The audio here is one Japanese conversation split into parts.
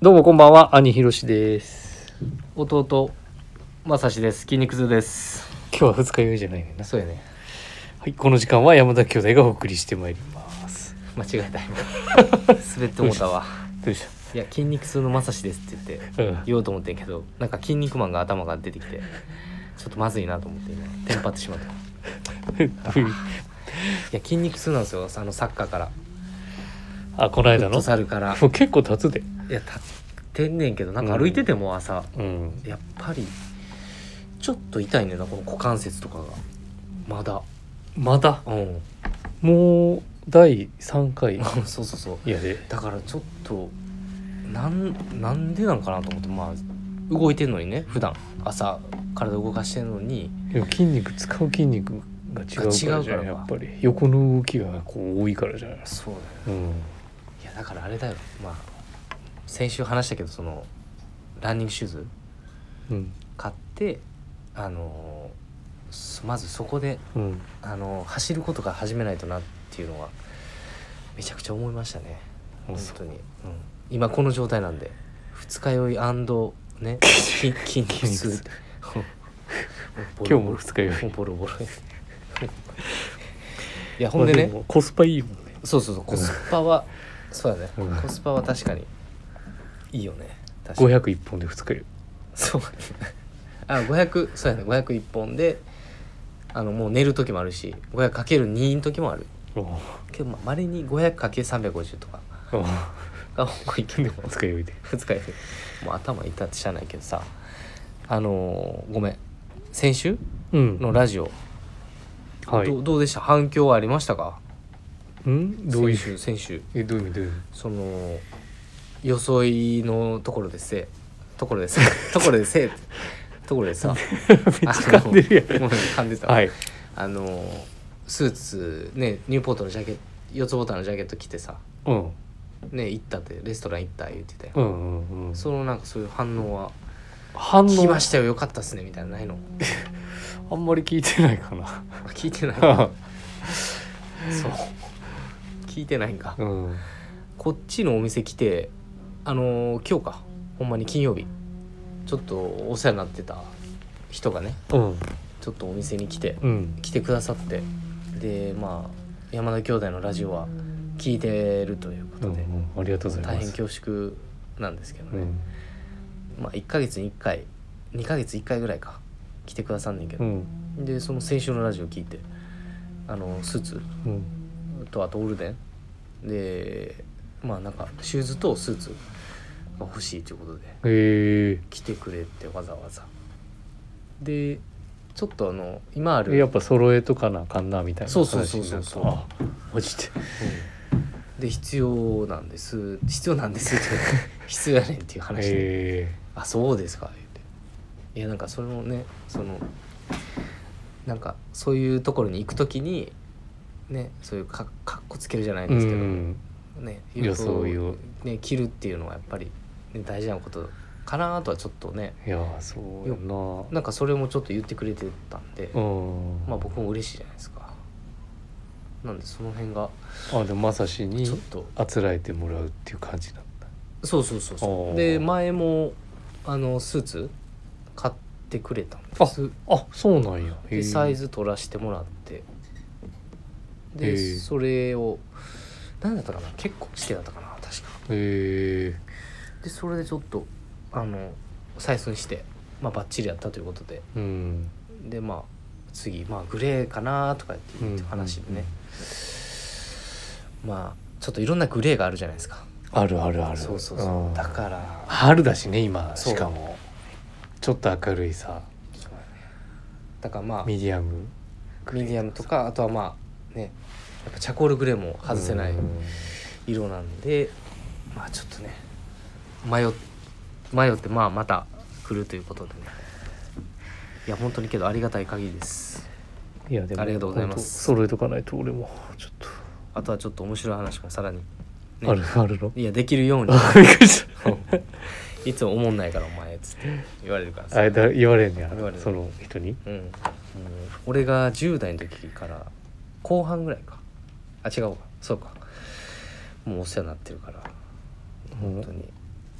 どうもこんばんは兄ひろしです弟まさしです筋肉痛です今日は二日酔いじゃないねんなそうやねはいこの時間は山田兄弟がお送りしてまいります間違 えた滑ってもうたわどうしたいや筋肉痛のまさしですって言ってうん言おうと思ってんけどなんか筋肉マンが頭から出てきてちょっとまずいなと思って今テンパってしまったいや筋肉痛なんですよあのサッカーからあこのフ間ッのトサルからもう結構経つでいや立ってんねんけどなんか歩いてても朝、うんやっぱりちょっと痛いねんなこの股関節とかがまだまだうん もう第3回そうそうそういやでだからちょっとなんなんでなんかなと思ってまあ動いてんのにね普段朝体動かしてんのにでも筋肉使う筋肉が違うからじゃない違うからかやっぱり横の動きがこう多いからじゃないそうだようんいやだからあれだよまあ先週話したけどそのランニングシューズうん買ってあのそまずそこで、うんあの走ることから始めないとなっていうのはめちゃくちゃ思いましたねあ本そう当に、うん、今この状態なんで二日酔 いね筋筋肉筋痛肉ボロ今日ボもロ二日酔いボロボロいやほんでまあねもコスパいいもんねそうそうそうコスパはそうだねうんコスパは確かにいいよね確かに501本で二日酔いそうあ500そうやね501本であのもう寝る時もあるし 500×2 の時もあるおうけどまれに 500×350 とかおうが多いけど二日酔いで二日酔いもう頭痛ってしゃあないけどさあのーごめん先週うんのラジオ、はいどうどうでした反響はありましたかうんどういう先週先週えどういう意味どういう意味その装いのところでせところ でせところでせところでさ めっちゃ噛んでるやんあのごめん噛んでた、はいあのースーツねニューポートのジャケット四つボタンのジャケット着てさうんね行ったってレストラン行った言ってたよ、うんうんうんそのなんかそういう反応は反聞きま応したよよかったっすねみたいなのないのあんまり聞いてないかな聞いてないそう聞いてないんか うんこっちのお店来てあのー今日かほんまに金曜日ちょっとお世話になってた人がねうんちょっとお店に来てうん来てくださってでまあ山田兄弟のラジオは聞いてるというこうとんで、うんありがとうございます大変恐縮なんですけどうね、んまあ1ヶ月に1回2ヶ月1回ぐらいか来てくださんねんけうど、んでその先週のラジオ聞いてあのスーツうんとあとオールデンでまあなんかシューズとスーツが欲しいということでえ来てくれってわざわざでちょっとあの今あーるやっぱ揃えとかなあかんなみたいなそうそうそうそうそう話になったあマジでうんで必要なんです必要なんですって 必要やねんっていう話でえあそうですか言っていやなんかそれもねそのなんかそういうところに行く時にねそういうかかっこつけるじゃないーうですけど、んね、装いをね、着るっていうのはやっぱり、ね、大事なことかなとはちょっとねいやーそうやななんかそれもちょっと言ってくれてたんで、うんまあ僕も嬉しいじゃないですかなんでその辺があでもまさしにちょっとあつらえてもらうっていう感じなんだそうそうそうおそーうで前もあのスーツ買ってくれたんであすあそうなんやへでーサイズ取らせてもらってへでーそれを何だったかな結構好きだったかな確かへでそれでちょっとあの採寸して、まあ、バッチリやったということでえうんでまあ次、まあ、グレーかなとかっていう話でね、まあちょっといろんなグレーがあるじゃないですかあるあるあるそうそうそう、んだから春だしね今そうしかもちょっと明るいさそうだねだからまあミミディアムディアムとかあとはまあねやっぱチャコールグレーも外せないうん色なんでまあちょっとね迷っ迷ってまあまた来るということでねいや本当にけどありがたい限りですいやでもありがとうございますほんと揃えとかないと俺もちょっあとはちょっと面白い話もさらに、ねと、 あるあるのいやできるようにあびっくりしいつも思んないからお前っつって言われるからたさ、あれだ言われんねや言われるその人にうん、もう俺が10代の時から後半ぐらいかあ違うかそうかもうお世話になってるからも本当うに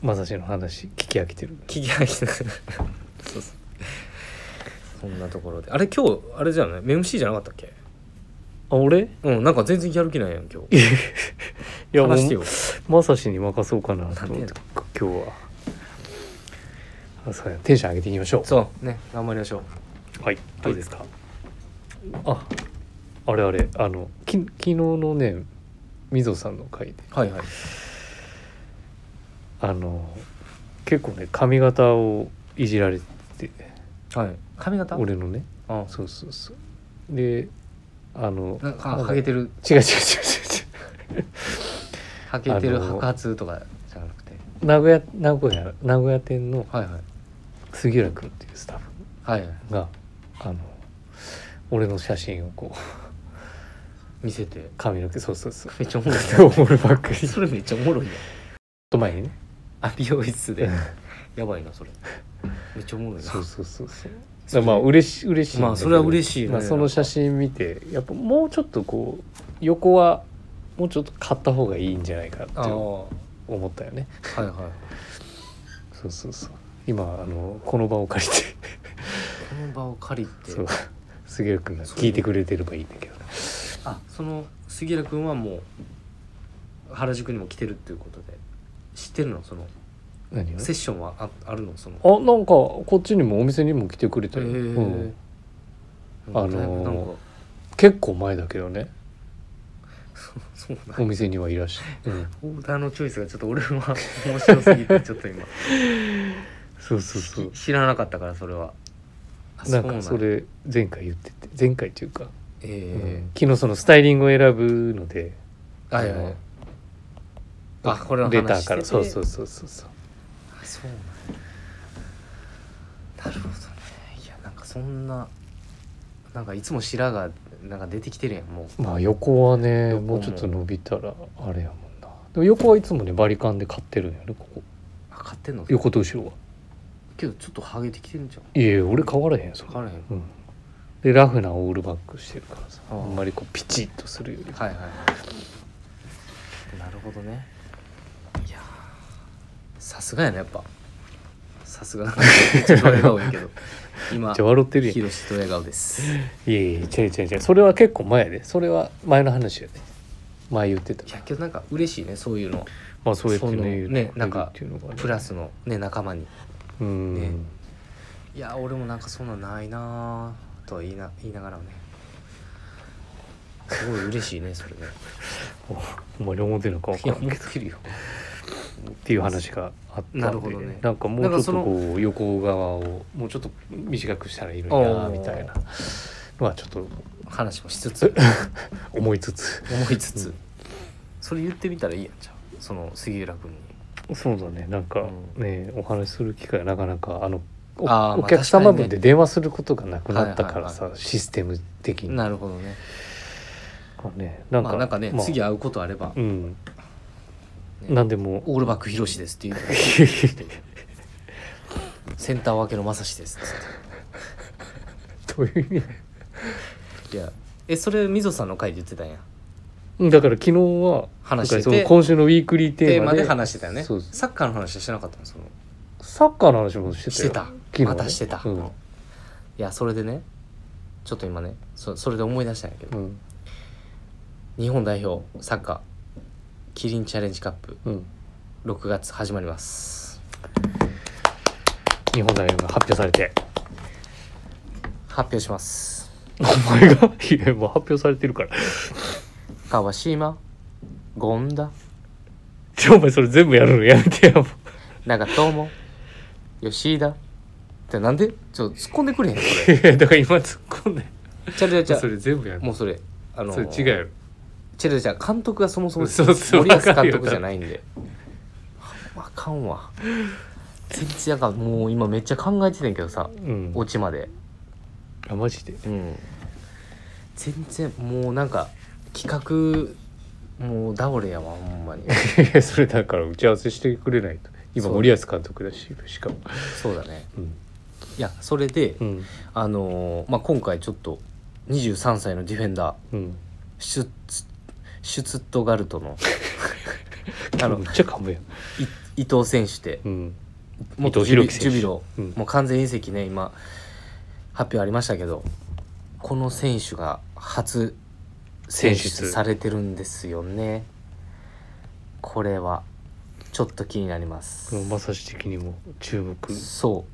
まさしの話聞き飽きてる聞き飽きてるそうそうそんなところであれ今日あれじゃない MC じゃなかったっけあ俺うんなんか全然やる気ないやん今い日やもう話してよまさしに任そうかなと思っなんてで今日はあそうやテンション上げていきましょうそうね頑張りましょうはいどうですか、ああれあれあのき昨日のねみぞさんの回ではいはいあの結構ね髪型をいじられてはい髪型俺のねあそうそうそうであのなんかなんかハゲてる違う違う違う違ハゲてるあの白髪とかじゃなくてう名古屋名古屋名古屋店のはいはい杉浦君っていうスタッフはいはいがあの俺の写真をこう見せて髪の毛そうそう そうめっちゃおもろいでおもろばっかりちょそれめっちゃおもろいやんっと前にねあ美容室うでんやばいなそれめっちゃおもろいなそうそうそうそうだからまあ嬉し嬉しいんだけどまあそれは嬉しいよまねあ、その写真見てやっぱもうちょっとこう横はもうちょっと買った方がいいんじゃないかってああ思はったよねいはいこそうそうそう今あのこの場を借りての場を借り てそう杉浦君が聞いてくれてればいいんだけどあその杉浦君はもう原宿にも来てるっていうことで知ってるのその何をセッションはああるのそのあなんかこっちにもお店にも来てくれたへよ、えうん、なんかあのーなんか結構前だけどね そうなんお店にはいらっしゃる、うん、オーダーのチョイスがちょっと俺は面白すぎてちょっと今 そうそうそう知らなかったからそれはあなんうかやそれ前回言ってて前回っていうか、えうん昨日そのスタイリングを選ぶのでえはいはいあこれの話レターからしててそうそうそうそうそうあそうなんだなるほどねいやなんかそんななんかいつも白がなんか出てきてるやんもうまあ横はね横ももうちょっと伸びたらあれやもんなでも横はいつもねバリカンで買ってるんやねここあ買ってんの横と後ろはけどちょっとハゲてきてるんじゃんいやいや俺買われへんそれ分からへんうんでラフなオールバックしてるからさあああんまりこうピチッとするよりはいはいなるほどねいやーさすがやねやっぱさす がちょっと笑顔やけど今めっちゃ笑ってるやんヒロシと笑顔 ですいやいや違う違う違うそれは結構前やでそれは前の話やで前言ってたいやけどなんか嬉しいねそういうのまあそうやってそのねねなんか言ってくれるっていうのがねプラスのね仲間にうん、ねいや俺もなんかそんなんないなぁとは言いな言いながらもねすごい嬉しいねそれねお前に思ってるのか分 いかやらん思っけどてるよっていう話があったんでなるほどねなんかもうちょっとこう横側をもうちょっと短くしたらいいのになおーみたいなのはちょっと話もしつつ思いつつ 思いつつ、うんそれ言ってみたらいいやんじゃんその杉浦君にそうだねなんかうんねお話しする機会なかなかあのおあーまあお客様分確かでに電話することがなくなったからはさシステム的になるほどねこうねなんまあかなんかね、まあ次会うことあれば、うんね何でも オールバックヒロシですっていうセンター分けのまさしですっつっどういう意味ていやえそれみぞさんの回で言ってたんやうんだから昨日は話しててだからその今週のウィークリーテテーーママでで話してたよねそうそうサッカーの話してなかったのそのサッカーの話もしてたよしてた昨日はまねたしてた、ういんやそれでねちょっと今ねそそれで思い出したんやけうど、ん日本代表サッカーキリンチャレンジカップうん6月始まります日本代表が発表されて発表しますお前がいやもう発表されてるから川島権田ちょお前それ全部やるのやめてよもう長友吉田ってなんでちょっと突っ込んで くれへんこいやだから今突っ込んでれちゃうちゃうちゃそれ全部やうるもうそれあのそれ違うよ違う違う違う監督がそもそもそうそう森保わかる監よ督じゃないんであかんわ全然あかんもう今めっちゃ考えてたんやけどさうんオチまであマジでうん全然もうなんか企画もう倒れやわほんまにいやそれだから打ち合わせしてくれないと今そう森保監督だししかもそうだねうん いやそれで、うんあのーまあ、今回ちょっと23歳のディフェンダうーんシュッツシュツットガルトのああののめっちゃ噛むやんい伊藤選手でうんもっと伊ジ藤ュビ洋輝ジュ選手ビロ、うんもう完全移籍ね今発表ありましたけどこの選手が初選出選出されてるんですよねこれはちょっと気になりますこの正史的にも注目そ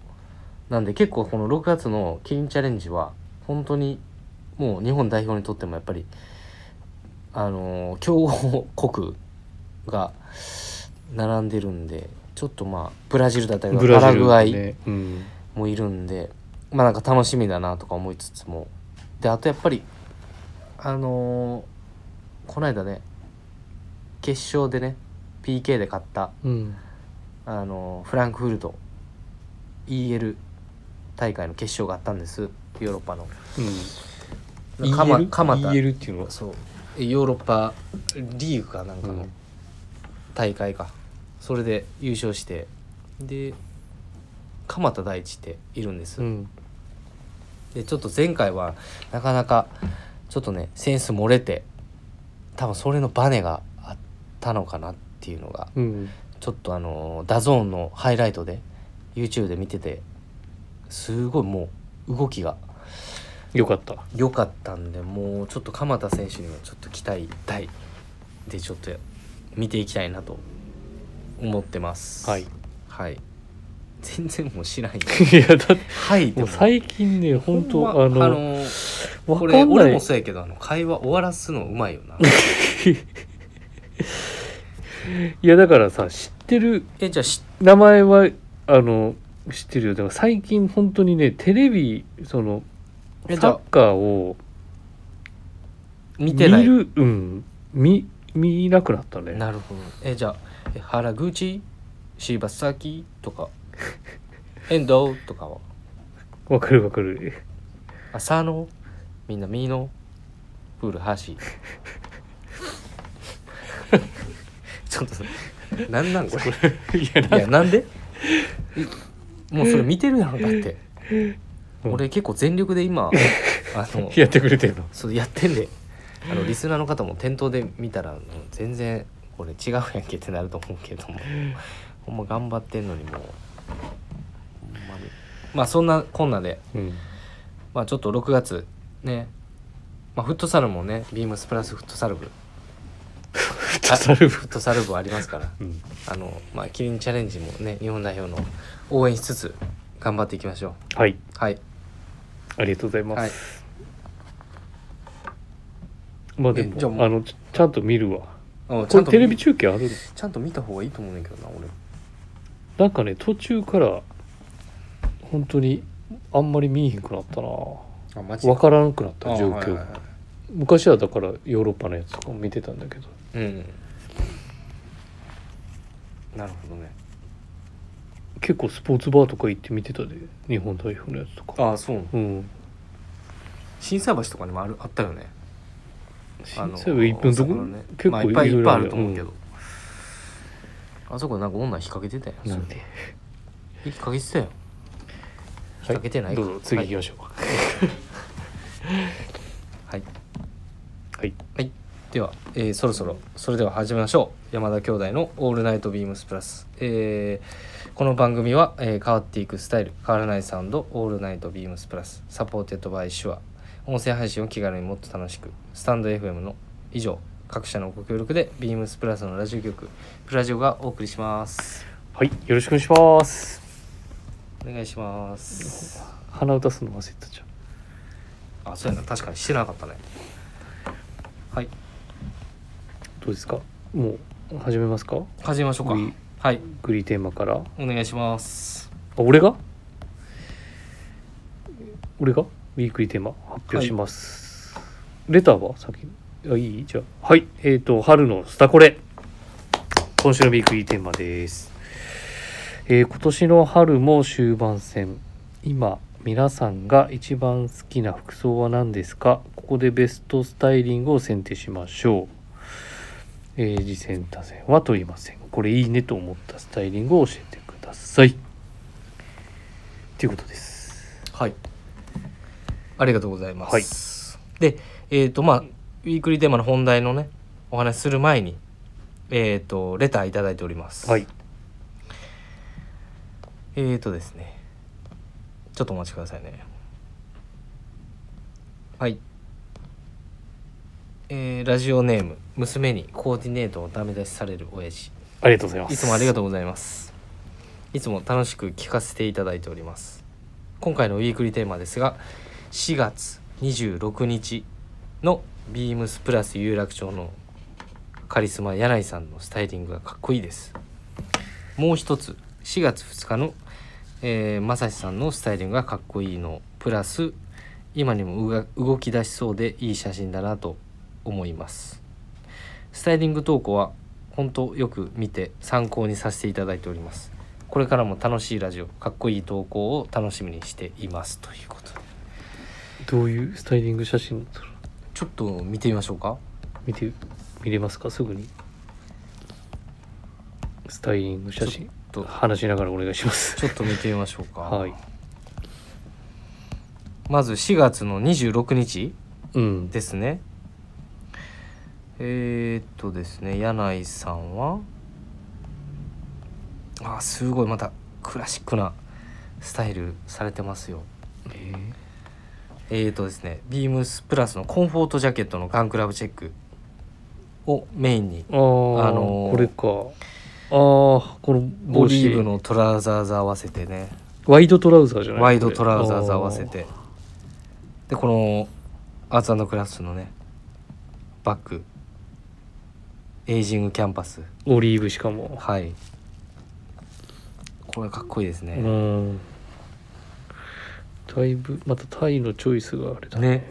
うなんで結構この6月のキリンチャレンジは本当にもう日本代表にとってもやっぱりあのー強豪国が並んでるんでちょっとまあブラジルだったりとかブパララジルグアもイねうんもいるんでまあなんか楽しみだなとか思いつつもであとやっぱりあのーこの間ね決勝でね PK で勝ったうんあのフランクフルト EL 大会の決勝があったんですヨーロッパのうんかま EL 蒲田 EL っていうのはそうヨーロッパリーグかなんかうのん大会か、それで優勝してで蒲田大地っているんです、うんでちょっと前回はなかなかちょっとねセンス漏れて多分それのバネがあったのかなっていうのがうんちょっとあのダゾーンのハイライトで YouTube で見ててすごいもう動きがよかった良かったんでもうちょっと鎌田選手にもちょっと期待大でちょっと見ていきたいなと思ってます はいいはい全然もう知らんよやだってはいでももう最近ね本当、ほんまあのあのわこかんれない俺もそうやけどあの会話終わらすのうまいよないやだからさ知ってる えじゃあし名前はあの知ってるよだから最近本当にねテレビそのえじゃサあッカーを見見てないるうん見見なくなったねなるほどえじゃあえ原口柴崎と か遠藤とかはわかるわかる浅野みんなみのプール 橋ちょっとなんなんこれいや いやなんでいもうそれ見てるやろだってうん俺結構全力で今あ のやってくれてんのそうやってんであのリスナーの方も店頭で見たらもう全然これ違うやんけってなると思うけ どもほんま頑張ってんのにもうほんまにまあそんなこんなでうんまあちょっと6月ね、まあ、フットサルもねビームスプラスフットサル部フットサルフ部ットサル部ありますから うんあのまあキリンチャレンジもね日本代表の応援しつつ頑張っていきましょうはいはいありがとうございます、はいまあでえじゃあももうあのちちゃんと見るわあこれテレビち中継あるのゃんと見た方がいいと思うねんだけどな俺なんかね途中から本当にあんまり見えへんくなったなあマジ分からなくなったあ状況、はいはいはい昔はだからヨーロッパのやつとかも見てたんだけどうんなるほどね結構スポーツバーとか行って見てたで日本代表のやつとかああそううん心斎橋とかにもあるあったよねあのそういえば1分どこ、大阪のね結ま構あ、いっぱいいっぱいあると思うけど、あそこなんか女引っ掛けてたようんなんそでれ引っ掛けてたよ引っ掛けてないかどうぞ次行きましょうかはい、はい、はい、では、えーそろそろそれでは始めましょう山田兄弟の「オールナイトビームスプラス」えーこの番組は、えー変わっていくスタイル変わらないサウンド「オールナイトビームスプラス」サポーテッドバイシュア音声配信を気軽にもっと楽しくスタンド FM の以上各社のご協力でビームスプラスのラジオ局プラジオがお送りしますはい、よろしくお願いしますお願いします鼻歌すの忘れてたじゃんあそうやな確かにしてなかったねはいどうですかもう始めますか始めましょうかういはいグリーテーマからあお願いします俺が俺がウィークリーテーマ発表します、レターは先あいいじゃあはいえっ、と春のスタコレ今週のウィークリーテーマですえー今年の春も終盤戦今皆さんが一番好きな服装は何ですかここでベストスタイリングを選定しましょう、えー、次戦他戦は問いませんこれいいねと思ったスタイリングを教えてくださいっていうことですはい。ありがとうございます。で、えっ、と、まあ、ウィークリーテーマの本題のね、お話しする前に、えっ、と、レターいただいております。はい。えーとですねちょっとお待ちくださいねはいえーラジオネーム娘にコーディネートをダメ出しされる親父ありがとうございますいつもありがととうございます。いつも楽しく聞かせていただいております。今回のウィークリーテーマですが、4月26日のビームスプラス有楽町のカリスマ柳井さんのスタイリングがかっこいいです。もう一つ、4月2日の、えー、正志さんのスタイリングがかっこいいの、プラス、今にもうが動き出しそうでいい写真だなと思います。スタイリング投稿は本当よく見て参考にさせていただいております。これからも楽しいラジオ、かっこいい投稿を楽しみにしていますということで。どういうスタイリング写真それちょっと見てみましょうか。見て見れますかすぐにスタイリング写真ちょっと話しながらお願いしますちょっと見てみましょうか。はいまず4月の26日うんですね。えー、っとですね、柳井さんは、あー、すごい、またクラシックなスタイルされてますよ。えーえーとですね、ビームスプラスのコンフォートジャケットのガンクラブチェックをメインにあーあのーこれかああこのオ帽子リーブのトラウザーズ合わせてねワイドトラウザーじゃないワイドトラウザーズ合わせてでこのアーツクラフトのねバッグエイジングキャンパスあーオリーブしかもはいこれかっこいいですうね、んだいぶまたタイのチョイスがあれだね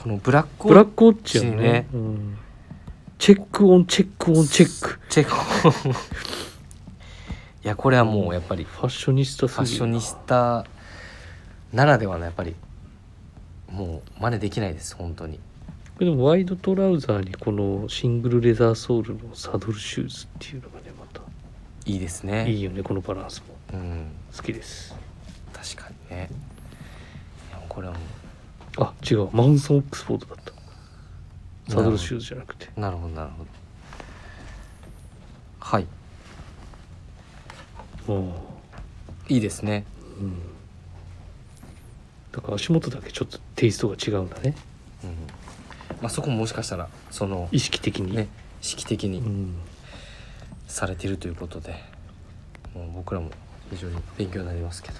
このブラックブラックウォッチやねチねうんチェックオンチェックオンチェックチェック いやこれはもうやっぱりファッショニスタすファッショニタスタならではのやっぱりもう真似できないです本当にでもワイドトラウザーにこのシングルレザーソールのサドルシューズっていうのがねまたいいですねいいよねこのバランスもうん好きです確かにねいやこれはもあ違うマウンソンオックスフォードだったサドルシューズじゃなくてうなるほどなるほどはいうんいいですねうんだから足元だけちょっとテイストが違うんだねうんまあそこももしかしたらその意識的に、ね意識的うにん、されてるということで、もう僕らも非常に勉強になりますけど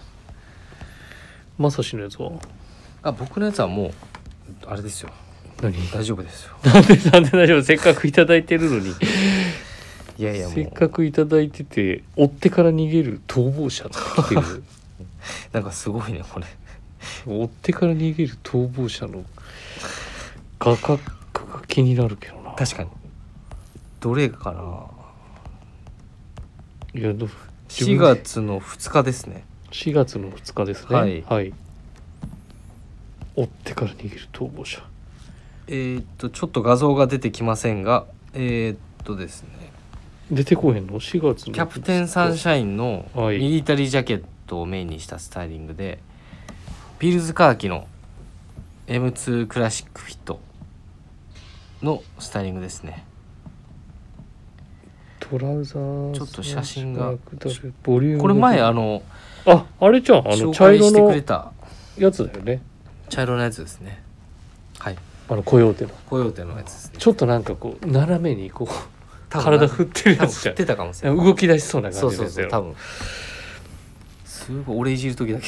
まさしのやつはあ僕のやつはもうあれですよ何 大丈夫ですよなん でなんで大丈夫せっかくいただいてるのにいやいやもうせっかくいただいてて追ってから逃げる逃亡者って来て るなんかすごいねこれ追ってから逃げる逃亡者の画角が気になるけどな確かにどれかないやど4月の2日ですね4月の2日ですねはい追ってから逃げる逃亡者えーっとちょっと画像が出てきませんがえーっとですね出てこへんの4月のキャプテンサンシャインのはミいリタリージャケットをメインにしたスタイリングでビルズカーキの M2 クラシックフィットのスタイリングですねトラウザーちょっと写真がボリュームこれ前あののああれじゃんあの紹茶介色してくのれたやつだよね茶色のやつですねはいあのコヨーテのコヨーテのやつですねちょっとなんかこう斜めにこう多分体振ってる多や分つじ振ゃっんてたかもしれない動き出しそうなそ感うじのそうやつだそうよ多分すごい俺いじる時だ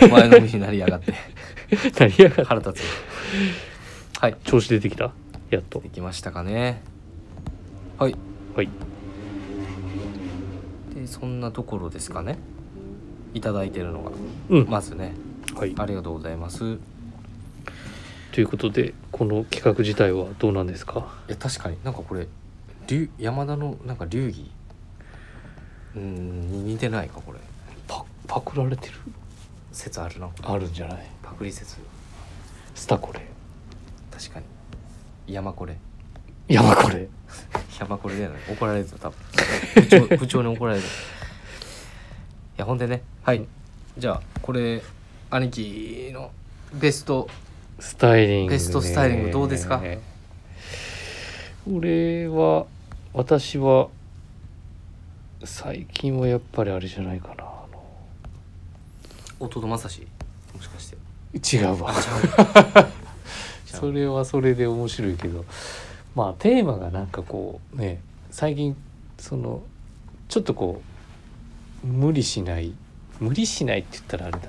け 前のめりになりやがって 何やがって腹立つはい調子出てきたやっとできましたかねはいはいでそんなところですかねいただいてるの がうん、まずねはい、ありがとうございますということでこの企画自体はどうなんですかえ確かになんかこれ竜山田のなんか流儀うーん似てないかこれパパクられてる説あるなあるんじゃないパクリ説スタコレ確かに山これ山これ山これだよね怒られるぞ多分部 長部長に怒られるいやほんでねはい、じゃあこれ兄貴のベストスタイリング、ね、ベストスタイリングどうですかこれは私は最近はやっぱりあれじゃないかなあの弟正志もしかして違うわ違う それはそれで面白いけどまあテーマがなんかこうね最近そのちょっとこう無理しない無理しないって言ったらあれだな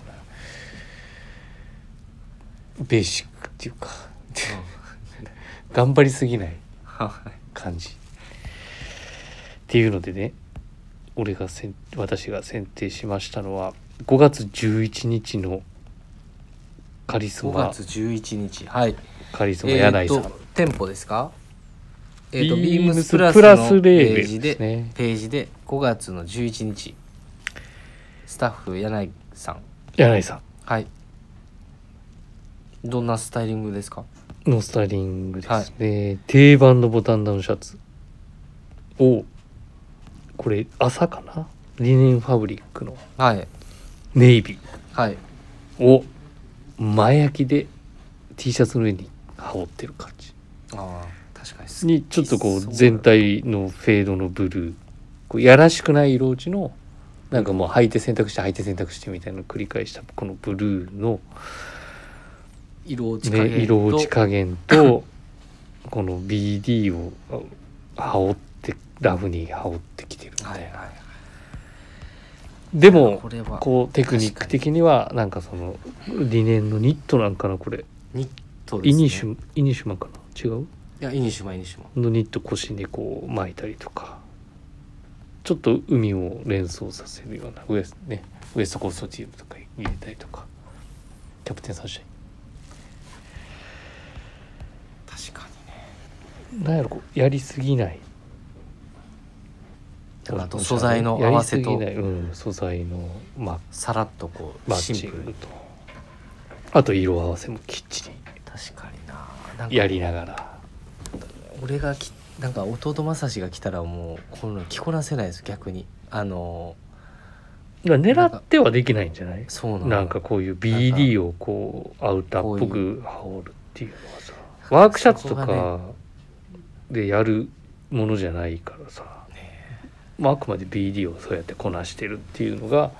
ベーシックっていうか 頑張りすぎないはい感じっていうのでね俺がせん私が選定しましたのは5月11日のカリス5マ月11日はいカリスマえ柳ー井さん、と店舗ですかえーとビビーームムスプスプララススのレのペーベールジでですねページで5月の11日スタッフ柳井さん柳井さはいどんなスタイリングですかんのスタイリングですね、定番のボタンダウンシャツをこれ朝かなリネンファブリックのはいネイビはいーを前焼きで T シャツの上に羽織ってる感じああ確かににちょっとこうそう全体のフェードのブルーこうやらしくない色落ちのなんかもう履いて選択して履いて選択してみたいなのを繰り返したこのブルーの、色落ち加減とね、色落ち加減とこの BD を羽織ってラフに羽織ってきてるみはたいいはいな。はいでもこれはこうテクニック的にはなんかそのリネンのニットなんかなこれ、ニットでイすねニシュイニシュマンかな違ういやイニシュマイニシュマのニット腰にこう巻いたりとかちょっと海を連想させるようなウエス,、ね、ウエストコーストチームとか入れたりとかキャプテンサンシャイ確かンにねなんやろこうやりすぎないあと素材の合わせとやりすぎない、うん、素材のマさらっとこうマッシチンンプルグにとあと色合わせもきっち確かにななんりやかりながら俺がきなんか弟正志が来たらもうこの着こなせないです逆にあのだから狙ってはできないんじゃないーそうなのなんかこういう BD をこうアウターっぽこうく羽織るっていうのはさワークシャツとそこかがでやるものじゃないからさ、まあ、あくまで BD をそうやってこなしてるっていうのが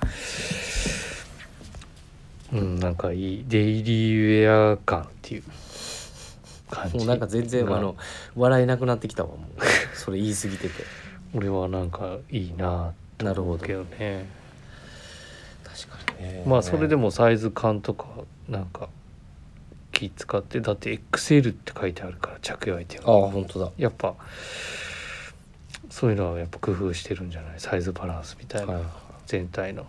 うんなんかいいデイリーウェア感っていう感もうじなんか全然なあの笑えなくなってきたわもうそれ言い過ぎてて俺はなんかいいななると思ほうどけ確どねかにねまあそれでもサイズ感とかなんか気使ってだって XL って書いてあるから着用相手ああが本当だやっぱそういうのはやっぱ工夫してるんじゃないサイズバランスみたいな、はい全体の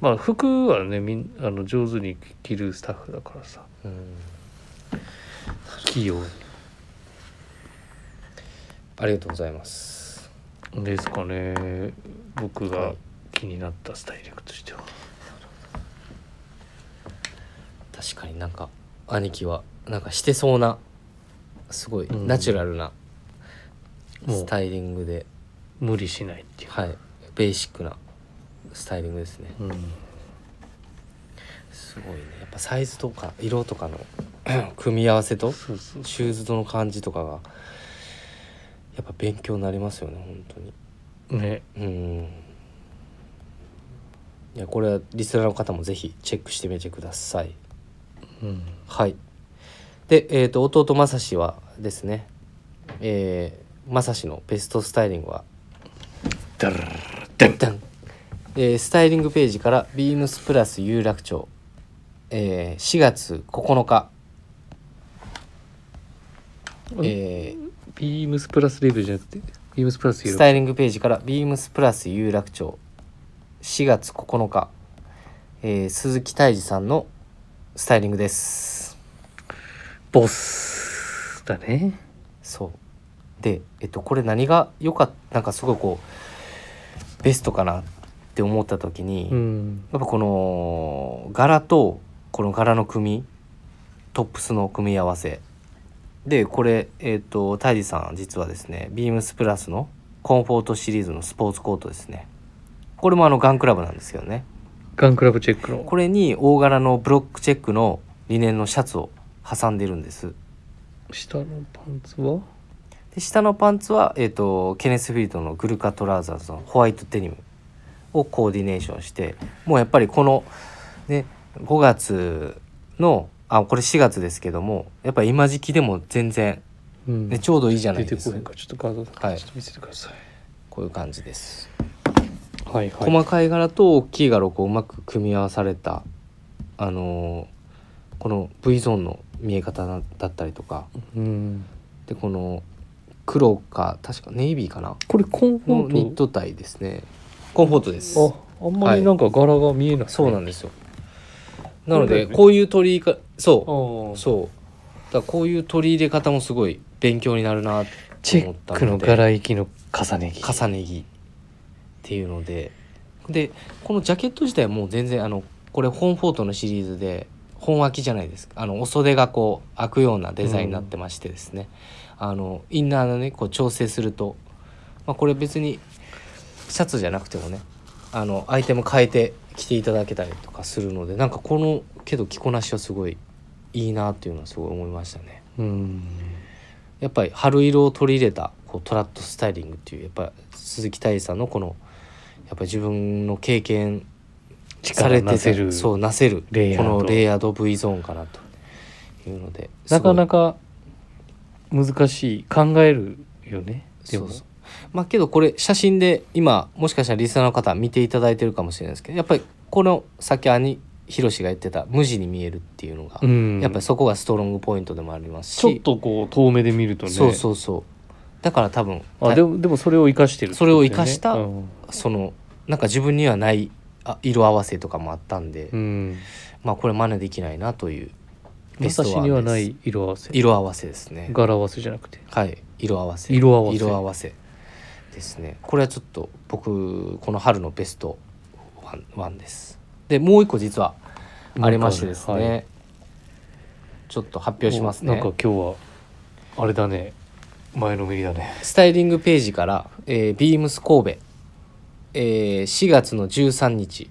まあ服はねみんあの上手に着るスタッフだからさうん器用ありがとうございますですかね僕はがい気になったスタイリングとしては確かになんか兄貴はなんかしてそうなすごいうんナチュラルなもうスタイリングで、無理しないっていう、はいベーシックなスタイリングですねうんすごいねやっぱサイズとか色とかの 組み合わせとそうそうシューズとの感じとかがやっぱ勉強になりますよね本当にねうんいやこれはリスナーの方もぜひチェックしてみてくださいうんはいでえっ、と弟正志はですねえー、正志のベストスタイリングはダラララダンダンえースタイリングページから「ビームスプラス有楽町」えー4月9日、えービームスプラスレビューじゃなくてビームスプラスユスーロタイリングページから「ビームスプラス有楽町」4月9日、えー鈴木泰治さんのスタイリングですボスだねそうでえっとこれ何が良かったなんかすごいこうベストかなって思った時に、うんやっぱこの柄とこの柄の組みトップスの組み合わせでこれえっ、とタイジさん実はですねビームスプラスのコンフォートシリーズのスポーツコートですねこれもあのガンクラブなんですけどねガンクラブチェックのこれに大柄のブロックチェックのリネンのシャツを挟んでるんです下のパンツはで下のパンツは、えー、とケネスフィールドのグルカトラウザーズのホワイトデニムをコーディネーションしてもうやっぱりこの、で5月のあこれ4月ですけどもやっぱ今時期でも全然、うんね、ちょうどいいじゃない出てですこかへんかちょっと画像、はいちょっと見せてくださいこういう感じです、はいはい細かい柄と大きい柄をこううまく組み合わされたあのーこの V ゾーンの見え方だだったりとかうんでこの黒か確かネイビーかなこれコンフのニォッートト体ですねコンフォートですああんまりなんか柄が見えない、そうなんでですよなのでこれだよねこういう取りかそうああそうだからこういう取り入れ方もすごい勉強になるなとチェ思っッたのでクの柄域の重ね着重ね着っていうのででこのジャケット自体もう全然あのこれ本フォートのシリーズで本脇じゃないですかあのお袖がこう開くようなデザインになってましてですね、あのインナーのねこう調整すると、まあ、これ別にシャツじゃなくてもねあのアイテム変えて着ていただけたりとかするのでなんかこのけど着こなしはすごいいいなっていうのはすごい思いましたね。うんやっぱり春色を取り入れたこうトラットスタイリングっていうやっぱ鈴木大地さんのこのやっぱ自分の経験さ力れてたなせるそうなせるレイヤーこドのレイヤード V ゾーンかなというのでなかなかか難しい考えるよねでそもうそうまあけどこれ写真で今もしかしたらリスナーの方見ていただいてるかもしれないですけどやっぱりこのさっき兄ひろしが言ってた無地に見えるっていうのが、うんやっぱりそこがストロングポイントでもありますしちょっとこう遠目で見るとねそうそうそうだから多分あでもでもそれを生かしてるってことだよね、それを生かしたうんそのなんか自分にはないあ色合わせとかもあったんで、うんまあこれ真似できないなというベストワンです私にはない色合わせ色合わせですね柄合わせじゃなくてはい色合わせ色合わせせですねこれはちょっと僕この春のベストワンワンですでもう一個実はありましてですね、はいちょっと発表しますなんねか今日はあれだね前のめりだねスタイリングページから、えー、ビームス神戸、えー4月の13日、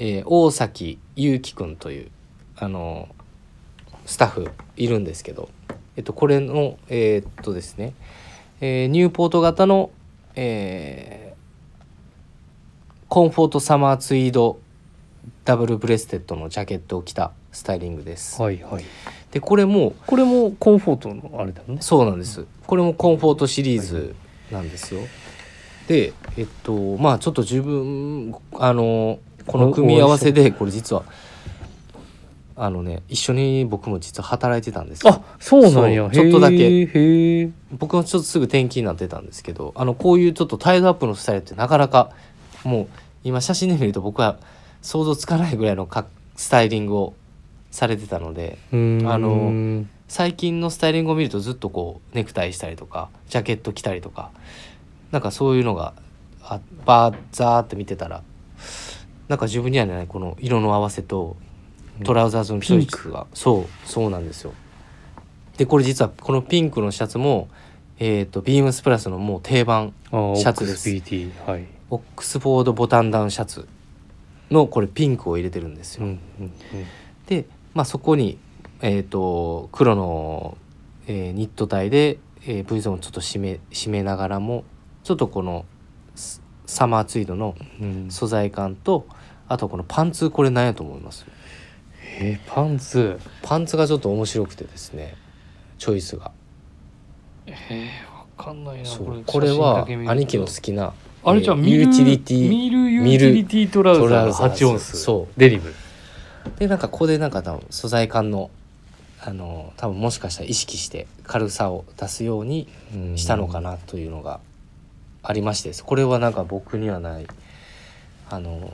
えー大崎祐樹くんという、あのースタッフいるんですけど、えっと、これの、えーっとですね、えーニューポート型の、えーコンフォートサマーツイードダブルブレステッドのジャケットを着たスタイリングです。はいはいで、これも、これもコンフォートのあれだねそうなんです。これもコンフォートシリーズなんですよ。で、えっと、まあちょっと自分、あの、この組み合わせで、これ実は、あのね、一緒に僕も実は働いてたんですよあそうなんやそうちょっとだけへーへー僕もちょっとすぐ転勤になってたんですけど、あの、こういうちょっとタイドアップのスタイルってなかなか、もう今写真で見ると僕は想像つかないぐらいのかスタイリングをされてたので、うーんあの最近のスタイリングを見るとずっとこうネクタイしたりとかジャケット着たりとかなんかそういうのがあバーザーって見てたらなんか自分にはねこの色の合わせとトラウザーズのチョイスがそうそうなんですよでこれ実はこのピンクのシャツもえっ、とビームスプラスのもう定番あシャツですオックス PT はい、オックスフォードボタンダウンシャツのこれピンクを入れてるんですよ、うんうんで、まあ、そこに、えー、と黒の、えーニット体で、えー、V ゾーンをちょっと締め締めながらもちょっとこのスサマーツイードのうんうん素材感とあとこのパンツこれ何やと思いますえーパンツパンツがちょっと面白くてですねチョイスがえー、わかんないなそうこれこれは写真だけ見ると兄貴の好きなあれじゃあ、えーミルユーティリティミルユーミテルィリティトラウトザーラのウザーズ8オンスそうデニムでなんかここでなんか多分素材感のあの多分もしかしたら意識して軽さを出すようにしたのかなというのがありましてですこれはなんか僕にはないあの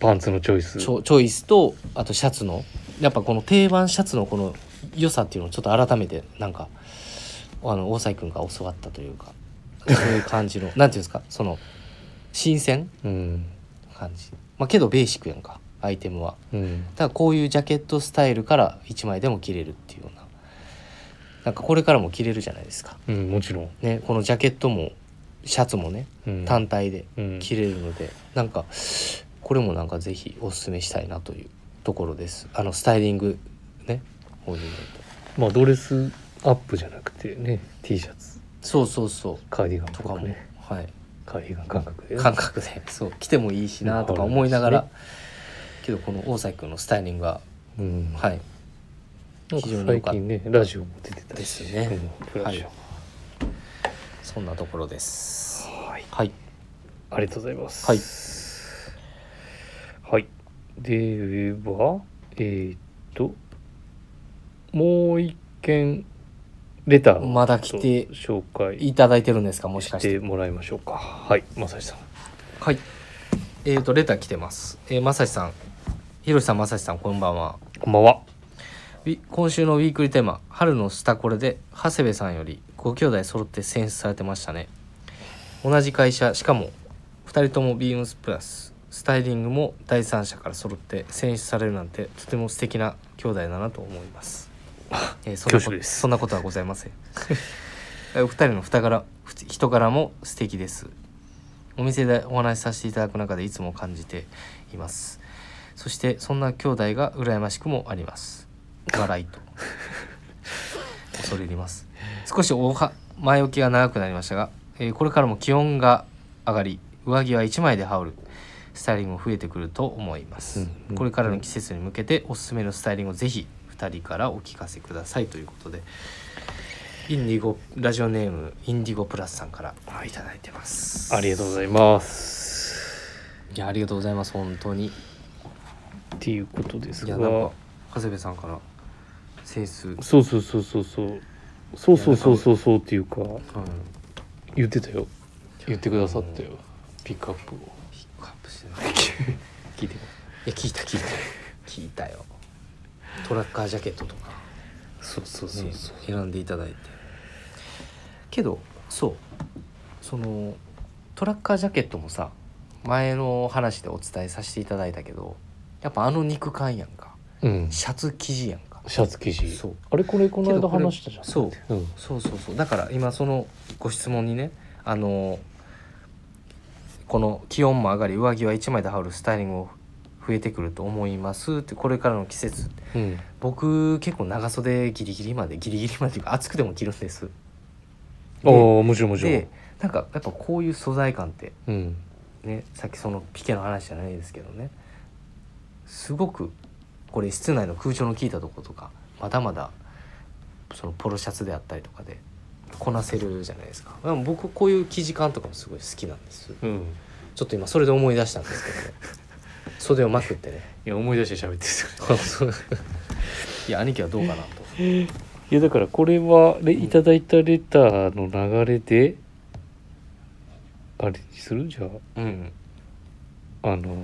パンツのチョイスチョチョイスとあとシャツのやっぱこの定番シャツのこの良さっていうのをちょっと改めてなんかあの大西君が教わったというかそういう感じのなんていうんですかその新鮮うんな感じまあけどベーシックやんかアイテムはうんだからこういうジャケットスタイルから1枚でも着れるっていうようななんかこれからも着れるじゃないですかうんもちろん、ねこのジャケットもシャツもねうん、単体でうん着れるので、なんかこれもなんかぜひおすすめしたいなというところですあのスタイリングね方にまあドレスアップじゃなくてね T シャツそうそうそうカーディガンととかかも、ねはいカーディガン感覚で感覚でそう着てもいいしなとか思いながならるほけけどこの大崎君のスタイリングが、うんはい、なんか非常に良最かっ近ねラジオも出てたたでしすね。うんラジそんなところです。オはいはい。ありがとうございますはいはいではえーっともう一件レターをまだ来て紹介いただいてるんですかもしかししてて。もらいましょうかはい正さんはい。えっ、とレター来てます。えー、まさしさん、ひろしさん、まさしさん、こんばんは。こんばんはウィ今週のウィークリーテーマ「春のスタコレ」で長谷部さんよりご兄弟揃って選出されてましたね同じ会社しかも2人ともビームスプラススタイリングも第三者から揃って選出されるなんてとても素敵な兄弟だなと思い ます、えーそんなこ恐縮ですそんなことはございません お二人の二柄ふつ人柄も素敵ですお店でお話しさせていただく中でいつも感じていますそしてそんな兄弟が羨ましくもあります笑いと恐れ入ります少しおは前置きが長くなりましたが、えーこれからも気温が上がり上着は1枚で羽織るスタイリングも増えてくると思います、うんうんこれからの季節に向けておすすめのスタイリングをぜひ2人からお聞かせくださいということでインディゴラジオネームインディゴプラスさんからいただいてますありがとうございますいやありがとうございます本当にっていうことですいやなんがか長谷部さんからセンス、うん、そうそうそうそうそうそうそうそうそうそうっていうか言ってたよ言ってくださったよピックアップをピックアップしてないい聞いてや聞いた聞いた聞いたよトラッカージャケットとか、ねそうそうそうそう選んでいただいてけどそうそのトラッカージャケットもさ前の話でお伝えさせていただいたけどやっぱあの肉感やんかうんシャツ生地やんかシャツ生地そうあれこれこのけ間どこれ話したじゃんそううんそうそうそうだから今そのご質問にねあのこの気温も上がり上着は1枚で羽織るスタイリングも増えてくると思いますってこれからの季節うん僕結構長袖ギリギリまでギリギリまでっていうか暑くても着るんですああもちろんもちろでんなんかやっぱこういう素材感ってうんねさっきそのピケの話じゃないですけどねすごくこれ室内の空調の効いたとことかまだまだそのポロシャツであったりとかでこなせるじゃないですかでも僕こういう生地感とかもすごい好きなんですうんちょっと今それで思い出したんですけど ね袖をまくってねいや思い出して喋っていや兄貴はどうかな といやだからこれはレいただいたレターの流れであれにするじゃうんああの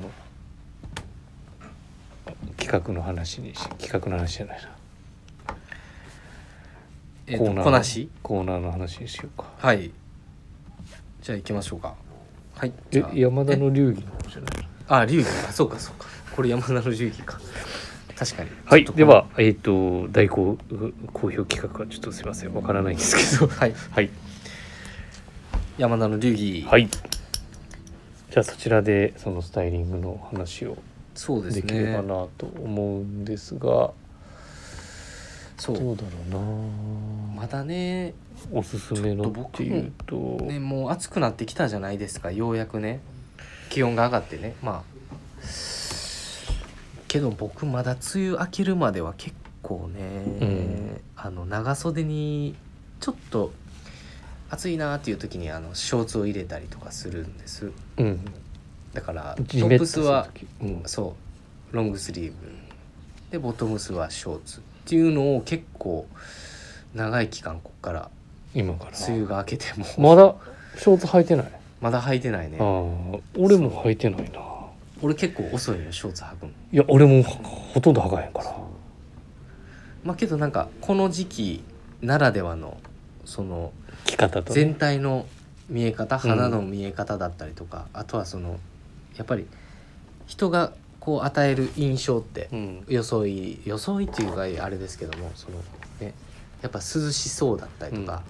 企画の話にし企画の話じゃないなえっ、とのこなしコーナーの話にしようかはいじゃあ行きましょうかはいじえゃあ山田の流儀の方じゃないのあ流儀かそうかそうかこれ山田の流儀か確かにはいちょっとこでのはえっ、と大好好評企画はちょっとすいませんわからないんですけどはい、はい山田の流儀、はい。じゃあそちらでそのスタイリングの話をそうですでねきればなと思うんですが、そうどうだろうな。まだねおすすめのっていうと、ねもう暑くなってきたじゃないですかようやくね気温が上がってねまあけど僕まだ梅雨明けるまでは結構ね、んあの長袖にちょっと暑いなーっていう時にあのショーツを入れたりとかするんですうん、だからジトメッッとプすスるは時うん、そうロングスリーブでボトムスはショーツっていうのを結構長い期間こっから今から。梅雨が明けても まだショーツ履いてない。まだ履いてなあいあね、俺も履いてないな。俺結構遅いのよショーツ履くのいや、俺もほとんど履かへんから。まあけどなんかこの時期ならではのその着方と、全体の見え方うん花の見え方だったりとか、あとはそのやっぱり人がこう与える印象ってうん、装い装いっていうかあれですけどもそのねやっぱ涼しそうだったりとか、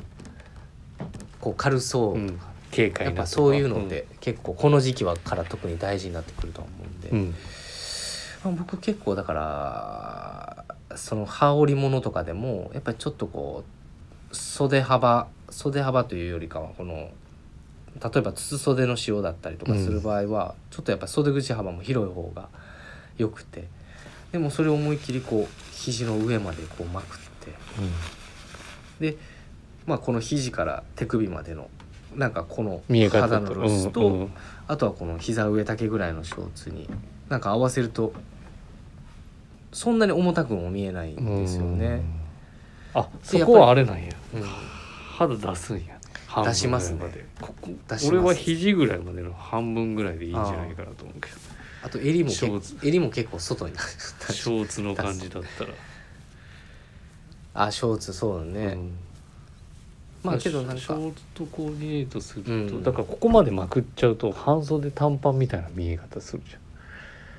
こう軽そうう、ん、軽快なやっとかぱそういうのっ、て結構この時期はから特に大事になってくると思うんで、うん、まあ僕結構だからその羽織物とかでもやっぱりちょっとこう袖幅袖幅というよりかはこの例えば筒袖の使用だったりとかする場合は、ちょっとやっぱ袖口幅も広い方が良くてでもそれを思いっきりこう肘の上までこうまくってで、まあ、この肘から手首までのなんかこの見え方肌の露出と、うんうんあとはこの膝上丈ぐらいのショーツになんか合わせるとそんなに重たくも見えないんですよね。あそでこはあれなんやうん肌出すんや半分ぐらい出しますねまでここ出します俺は肘ぐらいまでの半分ぐらいでいいんじゃないかなと思うけどあと襟もショー結構襟も結構外にショーツの感じだったら、あショーツそうだね、うんまあけどなんショシかョーツとコーディネートすると、うんだからここまでまくっちゃうと半袖短パンみたいな見え方する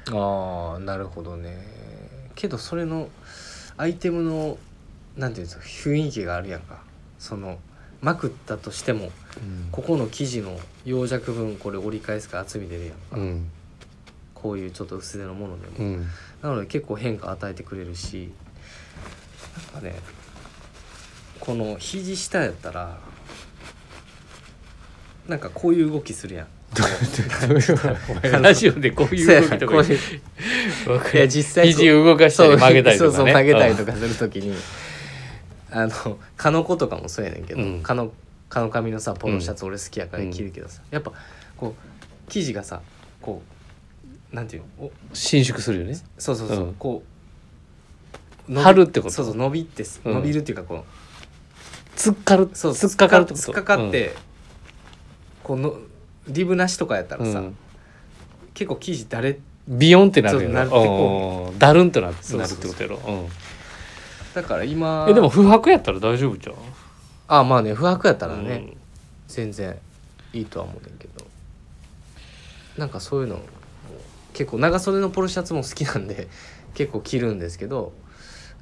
じゃんああなるほどねけどそれのアイテムのなんていうんですか雰囲気があるやんかそのまくったとしてもここの生地の洋弱分これ折り返すか厚み出るやんか、うんこういうちょっと薄手のものでも、 うんなので結構変化与えてくれるしなんかねこの肘下やったらなんかこういう動きするやんお 前ラジオでこういう動きとかそうやこういうわかいるや実際こう肘動かした り曲げたりそうとそかうね曲げたりとかするときにあの蚊の子とかもそうやねんけど、うん蚊の蚊の髪のさポロシャツ俺好きやから着るけどさ、やっぱこう生地がさこうなんていうのお伸縮するよねそうそうそう、うんこう張るってことそうそう伸びってすうん伸びるっていうかこう、突っかるそう突っかかるってこと突っかかって、このリブなしとかやったうらんさ、うん結構生地だれビヨンってなるよそうななるってこうんだるんってなるそうなそうるっそうてことやろうんだから今えでも不白やったら大丈夫じゃんあまあね不白やったらね、うん全然いいとは思うねんけどなんかそういうのも結構長袖のポロシャツも好きなんで 結構着るんですけど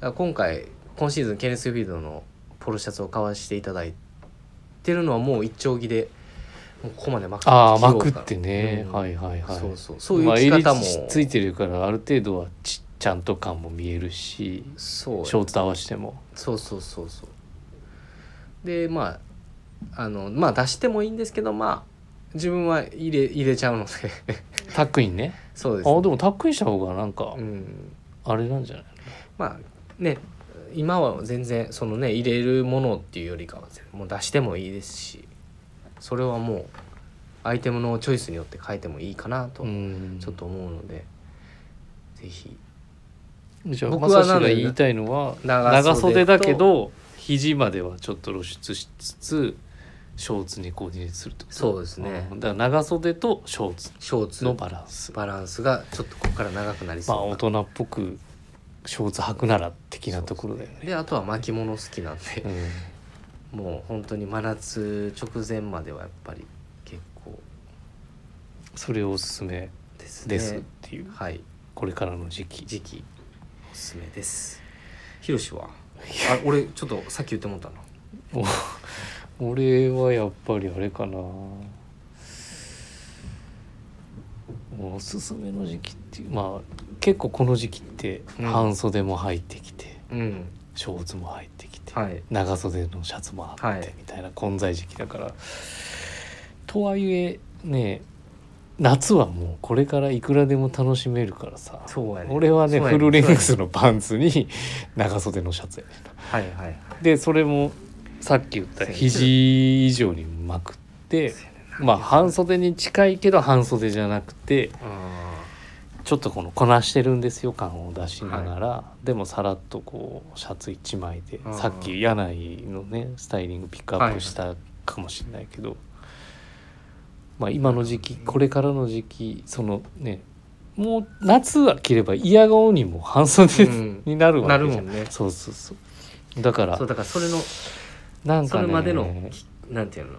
だから今回今シーズンケネスフィールドのポロシャツを買わせていただいてるのはもう一丁着でもうここまでまくってああ着ようまかくってね、うんはいはいはいそうそうそういまあう着方も、襟ついてるからある程度はちちゃんと感も見えるしそうショーツと合わせてもそうそうそうそうでまああのまあ出してもいいんですけどまあ自分は入れ入れちゃうので タックインねそうですあねでもタックインした方がなんかうんあれなんじゃないまあね今は全然そのね入れるものっていうよりかはもう出してもいいですしそれはもうアイテムのチョイスによって変えてもいいかなとうんちょっと思うので、ぜひじゃあ僕まはさしがなので言いたいのは長長袖袖とだけど肘まではちょっと露出しつつショーツにコーディネートするってことそうですねうんだから長袖とショーツショーツののバランスバランスがちょっとここから長くなりそまあう大な人っぽくショーツ履くなら的なところだよねであとは巻物好きなんでう、もう本当に真夏直前まではやっぱり結構ん、それをおすすめですねですっていう、はいこれからの時期時期おすすめですひろしはあ俺ちょっとさっき言ってもったなお 俺はやっぱりあれかなおすすめの時期っていうまあ結構この時期ってうん半袖も入ってきて、うんショーツも入ってきて、はい長袖のシャツもあっはていみたいな混在時期だから、とはいえね夏はもうこれからいくらでも楽しめるからさそうやね俺はねそうやフルレングそスうのパンツに長袖のシャツやねんなやねはいはいでそれもさっき言ったそうやね肘以上にまくってまあ半袖に近いけど半袖じゃなくてあちょっとこのこなしてるんですよ感を出しながら、でもさらっとこうシャツ1枚でうんさっき柳井のねスタイリングピックアップしたかもしれないけど、まあ今の時期これからの時期そのねもう夏は着れば嫌顔にも半袖うんになるわなけるじゃもん、んねそうそうそうだからそうだからそれのなんそかれねまでのきなんていうの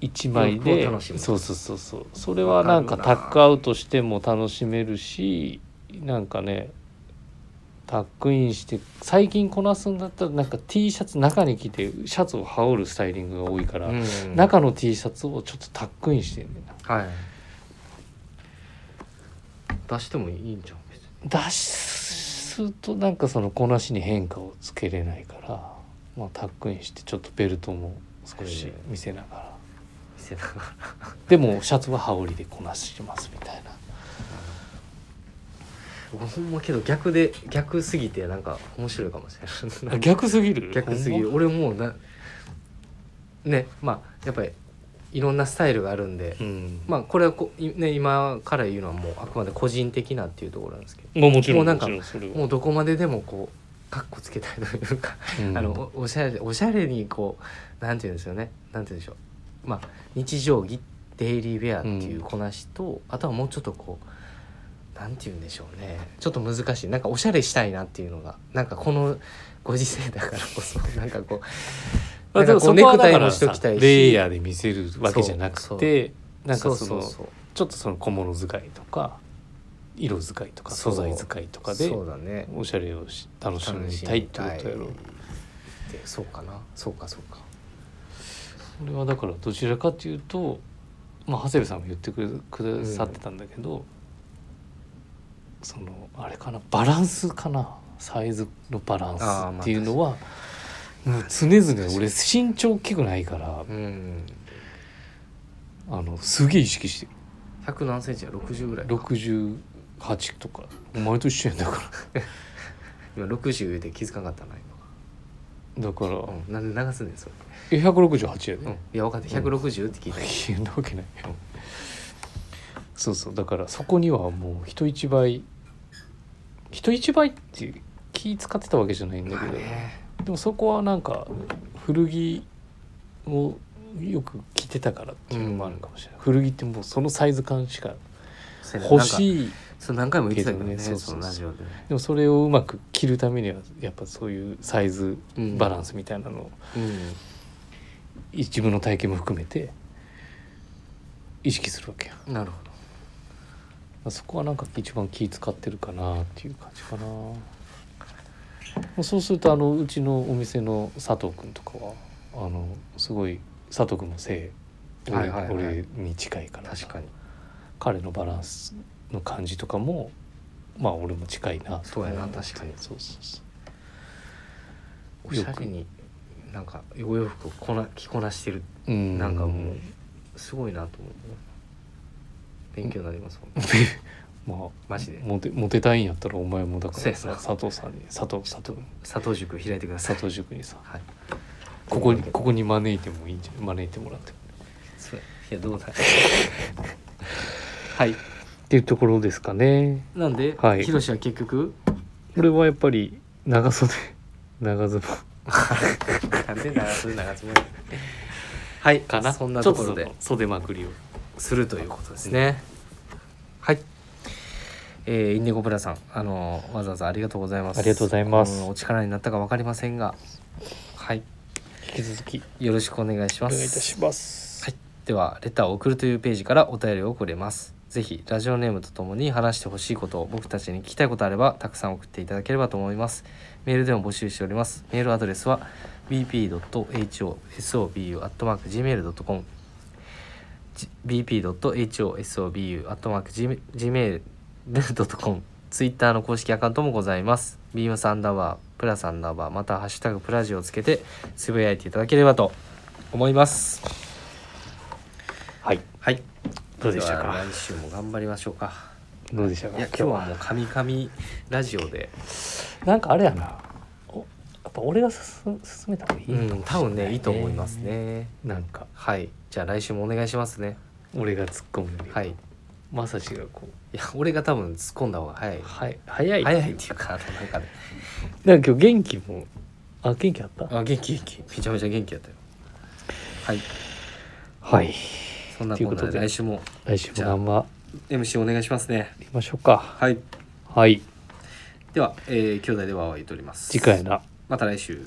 一枚洋で服を楽しむそうそうそうそうそれはなんかわタかるなックアウトしても楽しめるしなんかねタックインして最近こなすんだったらなんか T シャツ中に着てシャツを羽織るスタイリングが多いから、うん中の T シャツをちょっとタックインしてんねんなはい出してもいいんじゃん別に出すとなんかそのこなしに変化をつけれないから、まあ、タックインしてちょっとベルトも少し見せながら、見せながらでもシャツは羽織でこなしてますみたいなほんまけど逆で逆すぎてなんか面白いかもし れなあい逆すぎる逆すぎるほん俺もうなねまあやっぱりいろんなスタイルがあるんで、まうんまあこれはこ、いね、今から言うのはもうあくまで個人的なっていうところなんですけどまあもちろもうんなもんかちろんそれはもうどこまででもこうかっこつけたいというかうんあのおおしゃれおしゃれにこうなんて言うんですよねなんて言うんでしょうまあ日常着デイリーウェアっていううんこなしと、あとはもうちょっとこうなんて言うんでしょうねちょっと難しいなんかおしゃれしたいなっていうのがなんかこのご時世だからこそ なんかこまあでもそなんこかこうはだかネクタイもらしときたさいしレイヤーで見せるわけじゃなくてうなんかそそうのそうちょっとその小物使いとか色使いとかそ素う材使いとそかうでそうだねおしゃれをし楽しみたいってことやろ楽しみたいってそうかなそうかそうかそれはだからどちらかというと、まあ、長谷部さんも言ってくれくださってたんだけど、そのあれかなバランスかなサイズのバランあーまスあっていうのは、もう常々俺身長大きくないからうんあのすげえ意識してる100何センチや60ぐらいか68とかお前と一緒やんだか今60で気づかなかったならだから、今、うん、なんで流すねんそれえ168やで、うん、いや分かって160って聞いた、いやんなわけない、うんそうそうだからそこにはもう人一倍人一倍って気使ってたわけじゃないんだまけあど、ねでもそこはなんか古着をよく着てたからっていうのもあるかもしれない、古着ってもうそのサイズ感しかそうやね欲なんかしいそう何回も言ってたけどねけどねそそうそうのそうラジオでねでもそれをうまく着るためにはやっぱそういうサイズうんバランスみたいなのをうん自分の体型も含めて意識するわけやなるほどそこはなんか一番気使ってるかなっていう感じかなもうそうするとあのうちのお店の佐藤君とかはあのすごい佐藤君のせい俺,、はいはいはい俺に近いから確かに彼のバランスの感じとかもまあ俺も近いなそうやなと思って確かにそうそうそうおしゃれになんかお洋服をこな着こなしてるうんなんかもうすごいなと思う勉強になりますもん まあマジでモテモテたいんやったらお前もだかそうらやなさ佐藤さんに佐藤佐藤佐藤塾開いてください佐藤塾にさはいここにここに招いてもいいんじゃない招いてもらってもそういやどうだ はいっていうところですかねなんで、はいヒロシは結局これはやっぱり長袖 長ズボンなんで長袖長袖はいそんなところちでょっその袖まくりをするということですね。はい。えー、インディゴブラさん、あのーわざわざありがとうございます。ありがとうございますうんお力になったかわかりませんが、はい、引き続きよろしくお願いしおます。願いいたしますはい、ではレターを送るというページからお便りを送れます。ぜひラジオネームとともに話してほしいことを僕たちに聞きたいことあればたくさん送っていただければと思います。メールでも募集しております。メールアドレスは bp.hosobu.gmail.com bp.hosobu.gmail.com ツイッターの公式アカウントもございます。ビームサンダーバー、プラサンダーバー、またはハッシュタグプラジをつけてつぶやいていただければと思います。はいはい。どうでしたかは来週も頑張りましょうか。どうでしたかいや、今日はもう神々ラジオで、なんかあれやなおやっぱ俺がすす進めた方がいい、うん、多分ね、いいと思いますね。なんかはい、じゃあ来週もお願いしますね。俺が突っ込むよりはい。いまさしがこうや、俺が多分突っ込んだ方が早い。はい早い早いっていうか、あのなんかね。なんか今日元気もあ元気あったあ、元気元気。めちゃめちゃ元気だったよ。はい。はいそんなというここととでで来週も来週も頑張 MC お願いしますね。りましょうかはい。はいでは、えー兄弟では言っております。次回なまた来週。